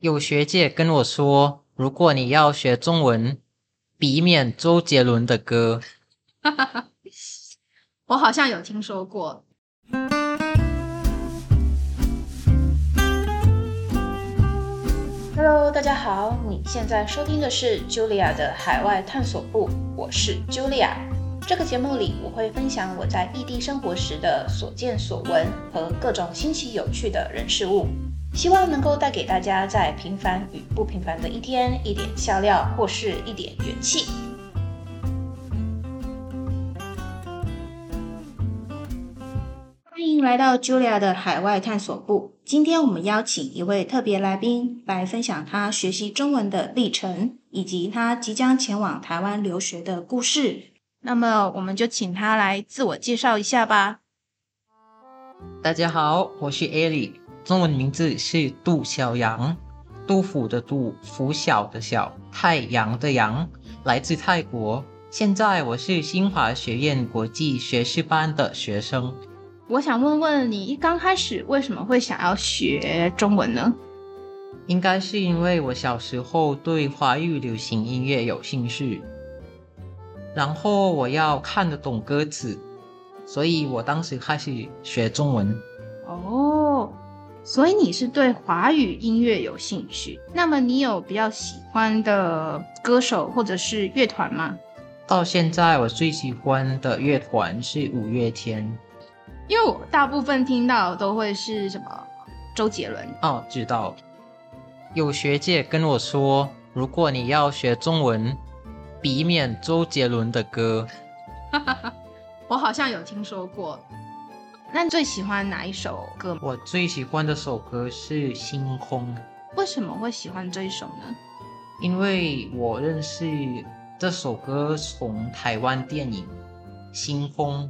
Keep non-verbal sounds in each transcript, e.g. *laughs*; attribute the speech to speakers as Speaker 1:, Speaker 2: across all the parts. Speaker 1: 有学姐跟我说，如果你要学中文，避免周杰伦的歌。
Speaker 2: 我好像有听说过。
Speaker 3: Hello，大家好，你现在收听的是 Julia 的海外探索部，我是 Julia。这个节目里，我会分享我在异地生活时的所见所闻和各种新奇有趣的人事物，希望能够带给大家在平凡与不平凡的一天一点笑料或是一点元气。欢迎来到 Julia 的海外探索部。今天我们邀请一位特别来宾来分享他学习中文的历程，以及他即将前往台湾留学的故事。那么，我们就请他来自我介绍一下吧。
Speaker 1: 大家好，我是 Ali，中文名字是杜小阳，杜甫的杜，拂晓的晓，太阳的阳，来自泰国。现在我是新华学院国际学士班的学生。
Speaker 2: 我想问问你，一刚开始为什么会想要学中文呢？
Speaker 1: 应该是因为我小时候对华语流行音乐有兴趣，然后我要看得懂歌词，所以我当时开始学中文。
Speaker 2: 哦，所以你是对华语音乐有兴趣？那么你有比较喜欢的歌手或者是乐团吗？
Speaker 1: 到现在，我最喜欢的乐团是五月天。
Speaker 2: 因为我大部分听到都会是什么周杰伦。
Speaker 1: 哦，知道。有学姐跟我说，如果你要学中文，避免周杰伦的歌。
Speaker 2: 我好像有听说过。那你最喜欢哪一首歌？
Speaker 1: 我最喜欢的首歌是《星空》，
Speaker 2: 为什么会喜欢这一首呢？
Speaker 1: 因为我认识这首歌从台湾电影《星空》。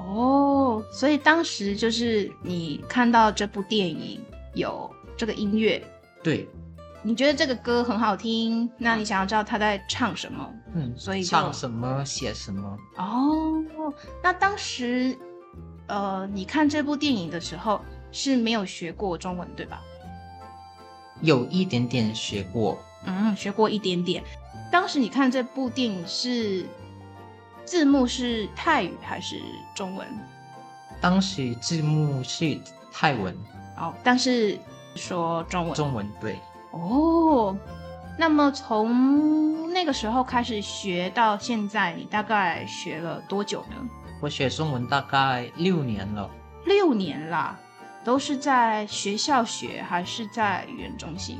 Speaker 2: 哦，所以当时就是你看到这部电影有这个音乐，
Speaker 1: 对，
Speaker 2: 你觉得这个歌很好听，那你想要知道他在唱什么？
Speaker 1: 嗯，
Speaker 2: 所以就
Speaker 1: 唱什么写什么。
Speaker 2: 哦，那当时呃，你看这部电影的时候是没有学过中文对吧？
Speaker 1: 有一点点学过，
Speaker 2: 嗯，学过一点点。当时你看这部电影是字幕是泰语还是中文？
Speaker 1: 当时字幕是泰文、
Speaker 2: 哦，但是说中文。
Speaker 1: 中文，对，
Speaker 2: 哦，那么从那个时候开始学到现在，你大概学了多久呢？
Speaker 1: 我学中文大概六年了，
Speaker 2: 六年啦，都是在学校学还是在语言中心？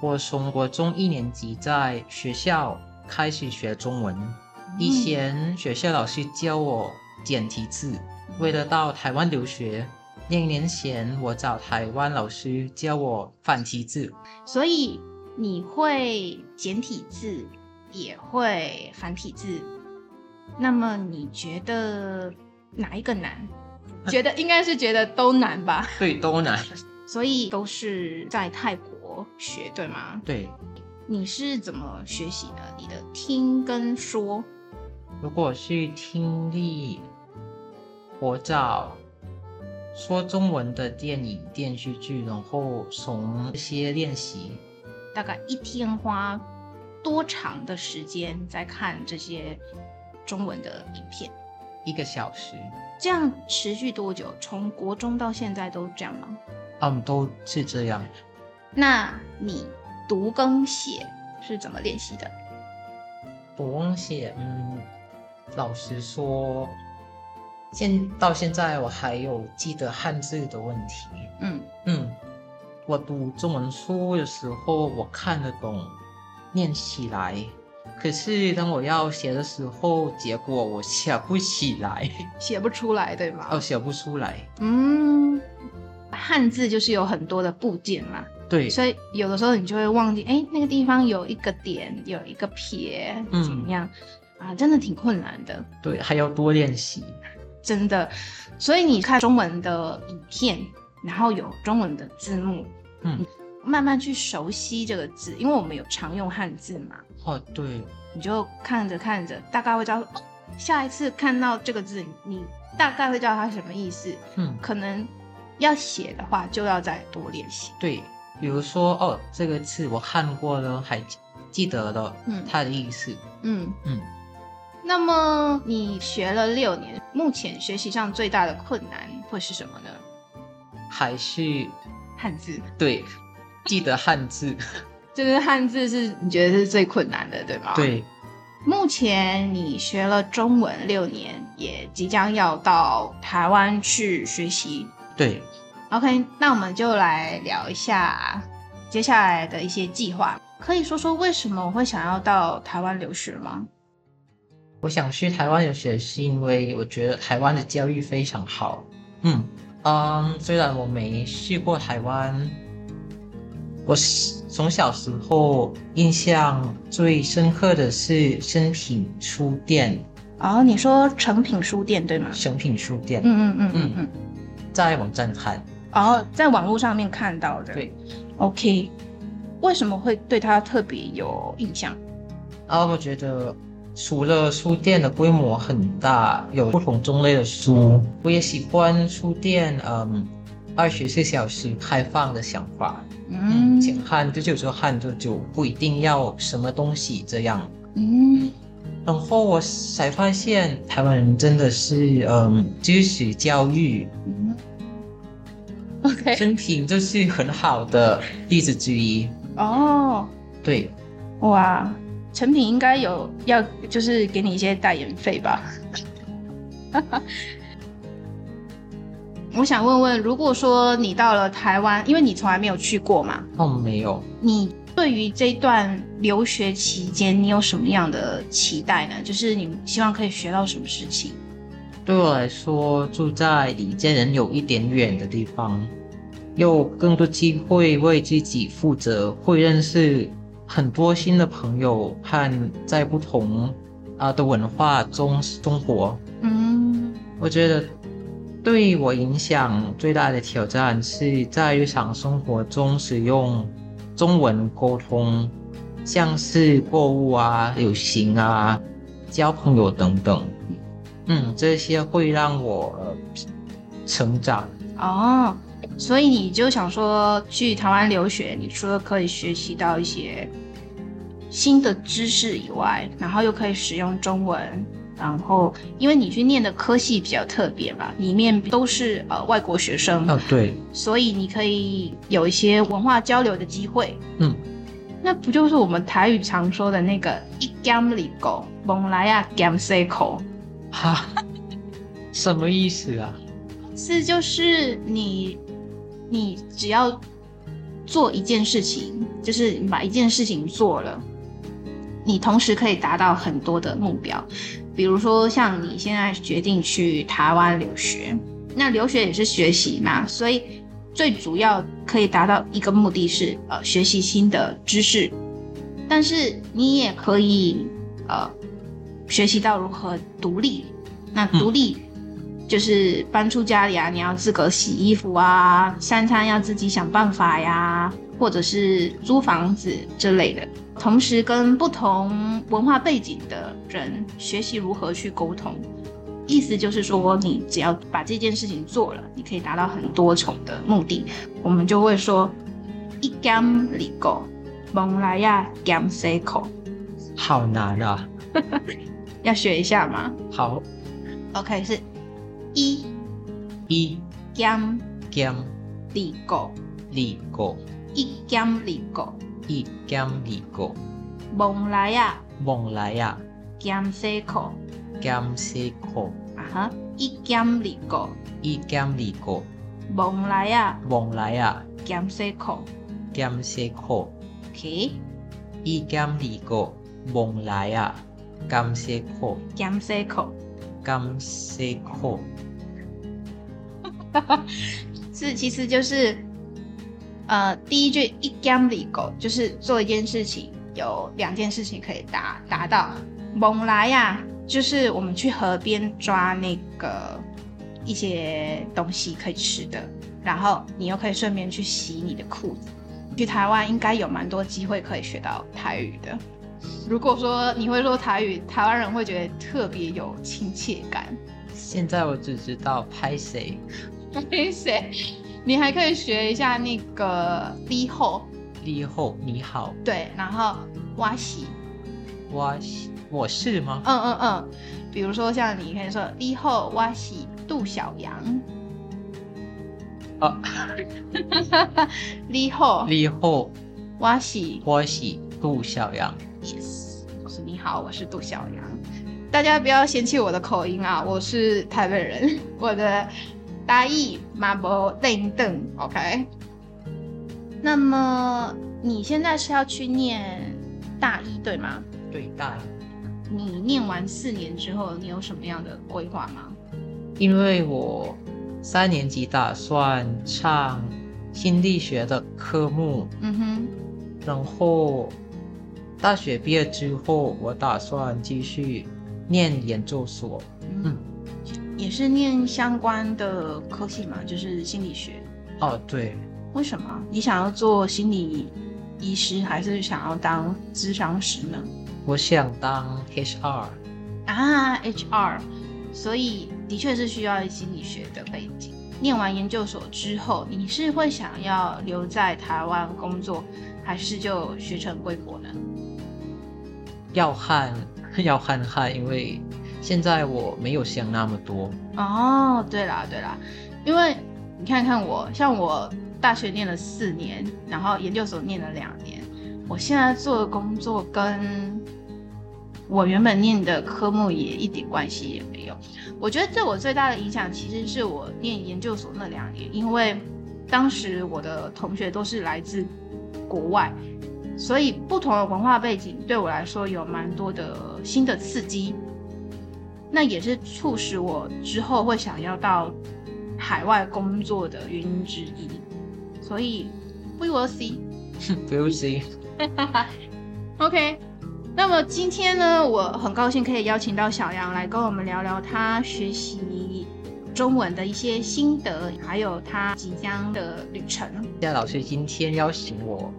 Speaker 1: 我从国中一年级在学校开始学中文，以前学校老师教我简体字，为了到台湾留学，两年前我找台湾老师教我繁体字，
Speaker 2: 所以你会简体字，也会繁体字。那么你觉得哪一个难？觉得应该是觉得都难吧，
Speaker 1: 对，都难，
Speaker 2: 所以都是在泰国学，对吗？
Speaker 1: 对。
Speaker 2: 你是怎么学习的？你的听跟说？
Speaker 1: 如果是听力，我找说中文的电影、电视剧，然后从这些练习。
Speaker 2: 大概一天花多长的时间在看这些中文的影片？
Speaker 1: 一个小时，
Speaker 2: 这样持续多久？从国中到现在都这样吗？
Speaker 1: 嗯，都是这样。
Speaker 2: 那你读跟写是怎么练习的？
Speaker 1: 不忘写，嗯，老实说，现到现在我还有记得汉字的问题。
Speaker 2: 嗯，
Speaker 1: 嗯，我读中文书的时候，我看得懂，念起来。可是当我要写的时候，结果我写不起来，
Speaker 2: 写不出来对吗
Speaker 1: 哦，写不出来。
Speaker 2: 嗯，汉字就是有很多的部件嘛，
Speaker 1: 对，
Speaker 2: 所以有的时候你就会忘记，哎、那个地方有一个点，有一个撇，
Speaker 1: 嗯
Speaker 2: 怎么样？啊，真的挺困难的。
Speaker 1: 对，还要多练习。
Speaker 2: 真的。所以你看中文的影片，然后有中文的字幕，
Speaker 1: 嗯，
Speaker 2: 慢慢去熟悉这个字，因为我们有常用汉字嘛，
Speaker 1: 哦，对，
Speaker 2: 你就看着看着，大概会知道，哦，下一次看到这个字，你大概会知道它什么意思。
Speaker 1: 嗯，
Speaker 2: 可能要写的话，就要再多练习。
Speaker 1: 对，比如说哦，这个字我看过了，还记记得了，
Speaker 2: 嗯
Speaker 1: 它的意思，
Speaker 2: 嗯
Speaker 1: 嗯。
Speaker 2: 那么你学了六年，目前学习上最大的困难会是什么呢？
Speaker 1: 还是
Speaker 2: 汉字，
Speaker 1: 对，记得汉字，
Speaker 2: 就是汉字是你觉得是最困难的，对吗？。
Speaker 1: 对，
Speaker 2: 目前你学了中文六年，也即将要到台湾去学习。
Speaker 1: 对，
Speaker 2: OK，那我们就来聊一下接下来的一些计划。可以说说为什么我会想要到台湾留学吗？
Speaker 1: 我想去台湾留学是因为我觉得台湾的教育非常好。嗯嗯，虽然我没去过台湾，我是从小时候印象最深刻的是诚品书店，
Speaker 2: 哦，你说诚品书店对吗？
Speaker 1: 诚品书店、
Speaker 2: 嗯嗯嗯嗯
Speaker 1: 在网站看，
Speaker 2: 嗯。哦，在网络上面看到的。
Speaker 1: 对。
Speaker 2: OK，为什么会对它特别有印象？
Speaker 1: 然后我觉得。除了书店的规模很大，有不同种类的书，我也喜欢书店，嗯，二十四小时开放的想法。嗯，请看，就是有时候看就就不一定要什么东西这样。
Speaker 2: 嗯
Speaker 1: 然后我才发现，台湾人真的是，嗯，知识教育
Speaker 2: 嗯。OK。
Speaker 1: 真品就是很好的例子之一。
Speaker 2: 哦，
Speaker 1: 对，
Speaker 2: 哇，成品应该有要就是给你一些代言费吧。 *laughs* 我想问问，如果说你到了台湾，因为你从来没有去过嘛，
Speaker 1: 哦，没有，
Speaker 2: 你对于这段留学期间，你有什么样的期待呢？就是你希望可以学到什么事情？
Speaker 1: 对我来说，住在离家人有一点远的地方，有更多机会为自己负责，会认识很多新的朋友，和在不同啊、的文化中生活。
Speaker 2: 嗯
Speaker 1: 我觉得对我影响最大的挑战是在日常生活中使用中文沟通，像是购物啊、旅行啊、交朋友等等。嗯，这些会让我呃成长。
Speaker 2: 哦，所以你就想说去台湾留学，你除了可以学习到一些新的知识以外，然后又可以使用中文，然后因为你去念的科系比较特别嘛，里面都是呃外国学生，
Speaker 1: 哦，对，
Speaker 2: 所以你可以有一些文化交流的机会。
Speaker 1: 嗯，
Speaker 2: 那不就是我们台语常说的那个一 gam 里狗，蒙来亚 gam c 口？
Speaker 1: 哈，什么意思啊？
Speaker 2: 是就是你，你只要做一件事情，就是你把一件事情做了，你同时可以达到很多的目标。比如说，像你现在决定去台湾留学，那留学也是学习嘛，所以最主要可以达到一个目的是呃学习新的知识，但是你也可以呃学习到如何独立。那独立就是搬出家里啊，你要自个洗衣服啊，三餐要自己想办法呀，或者是租房子之类的。同时跟不同文化背景的人学习如何去沟通，意思就是说，你只要把这件事情做了，你可以达到很多重的目的。我们就会说，一干里狗，蒙来亚干塞口，
Speaker 1: 好难啊！
Speaker 2: 要学一下吗
Speaker 1: 好，
Speaker 2: ？OK，是一
Speaker 1: 一
Speaker 2: 干
Speaker 1: 减
Speaker 2: 里狗，
Speaker 1: 二个，
Speaker 2: 一干里狗，
Speaker 1: 一减二个，
Speaker 2: 蒙来亚
Speaker 1: 望来啊，
Speaker 2: 干塞口，
Speaker 1: 减四个，
Speaker 2: 啊哈，一干里狗，
Speaker 1: 一减二个。
Speaker 2: 蒙来亚
Speaker 1: 望来啊，
Speaker 2: 干塞口
Speaker 1: 减四块，
Speaker 2: ，OK。
Speaker 1: 一减二个，望来啊，减四块，
Speaker 2: 咸西口
Speaker 1: 减四块，
Speaker 2: 是其实就是，呃，第一句一干里狗就是做一件事情有两件事情可以达达到。蒙来呀，就是我们去河边抓那个一些东西可以吃的，然后你又可以顺便去洗你的裤子。去台湾应该有蛮多机会可以学到台语的。如果说你会说台语，台湾人会觉得特别有亲切感。
Speaker 1: 现在我只知道拍谁，
Speaker 2: 没谁，你还可以学一下那个立后，
Speaker 1: 你后你好，
Speaker 2: 对，然后哇西，
Speaker 1: 我是我是吗？
Speaker 2: 嗯嗯嗯，比如说像你可以说立后哇西杜小羊， *laughs*
Speaker 1: 啊，
Speaker 2: 立后
Speaker 1: 你后
Speaker 2: 哇西
Speaker 1: 我是杜小羊，
Speaker 2: Yes，我是你好，我是杜小阳。大家不要嫌弃我的口音啊，我是台北人，我的达意马博邓邓，OK。那么你现在是要去念大一对吗？
Speaker 1: 对待。
Speaker 2: 你念完四年之后，你有什么样的规划吗？
Speaker 1: 因为我三年级打算上心理学的科目，
Speaker 2: 嗯哼，
Speaker 1: 然后大学毕业之后，我打算继续念研究所。
Speaker 2: 嗯，也是念相关的科系嘛，就是心理学。
Speaker 1: 哦，对，
Speaker 2: 为什么你想要做心理医师，还是想要当咨商师呢？
Speaker 1: 我想当 HR。
Speaker 2: 啊，HR，所以的确是需要心理学的背景。念完研究所之后，你是会想要留在台湾工作，还是就学成归国呢？
Speaker 1: 要看 *laughs* 要看看，因为现在我没有想那么多。
Speaker 2: 哦，对啦对啦，因为你看看我，像我大学念了四年，然后研究所念了两年，我现在做的工作跟我原本念的科目也一点关系也没有。我觉得对我最大的影响其实是我念研究所那两年，因为当时我的同学都是来自国外，所以不同的文化背景对我来说有蛮多的新的刺激。那也是促使我之后会想要到海外工作的原因之一。所以，we will see。
Speaker 1: 不用急，
Speaker 2: OK，那么今天呢，我很高兴可以邀请到小杨来跟我们聊聊他学习中文的一些心得，还有他即将的旅程。
Speaker 1: 谢老师今天邀请我，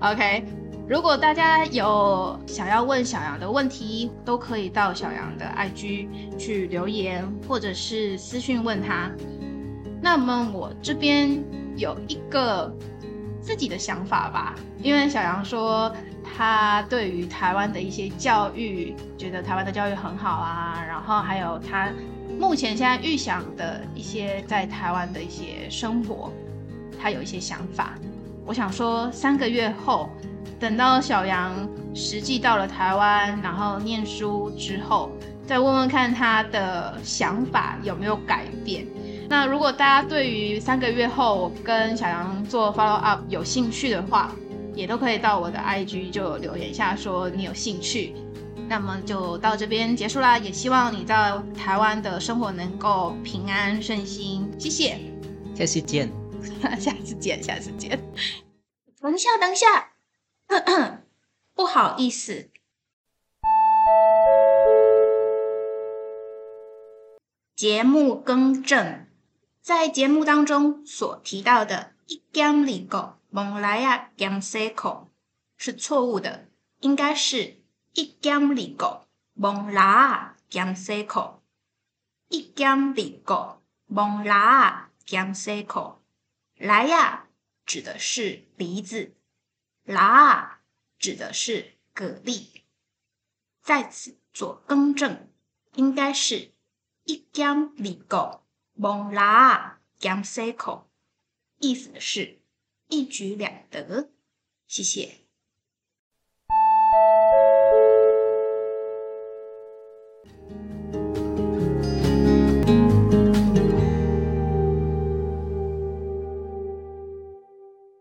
Speaker 2: OK，如果大家有想要问小杨的问题，都可以到小杨的 IG 去留言，或者是私讯问他。那么我这边有一个自己的想法吧，因为小杨说他对于台湾的一些教育，觉得台湾的教育很好啊，然后还有他目前现在预想的一些在台湾的一些生活，他有一些想法。我想说，三个月后，等到小杨实际到了台湾，然后念书之后，再问问看他的想法有没有改变。那如果大家对于三个月后我跟小杨做 follow up 有兴趣的话，也都可以到我的 IG 就留言一下说你有兴趣。那么就到这边结束啦，也希望你在台湾的生活能够平安顺心。谢谢，
Speaker 1: 下次见。
Speaker 2: *laughs* 下次见，下次见。
Speaker 3: 等一下，等一下， *clears throat* 咳咳不好意思，节目更正，在节目当中所提到的“一江里狗蒙莱亚江西口”是错误的，应该是“一江里狗蒙莱亚江西口”，“一江里狗蒙莱亚江西口”。莱呀指的是梨子，啦指的是蛤蜊。在此做更正，应该是一江里狗蒙啦江西口，意思是一举两得。谢谢。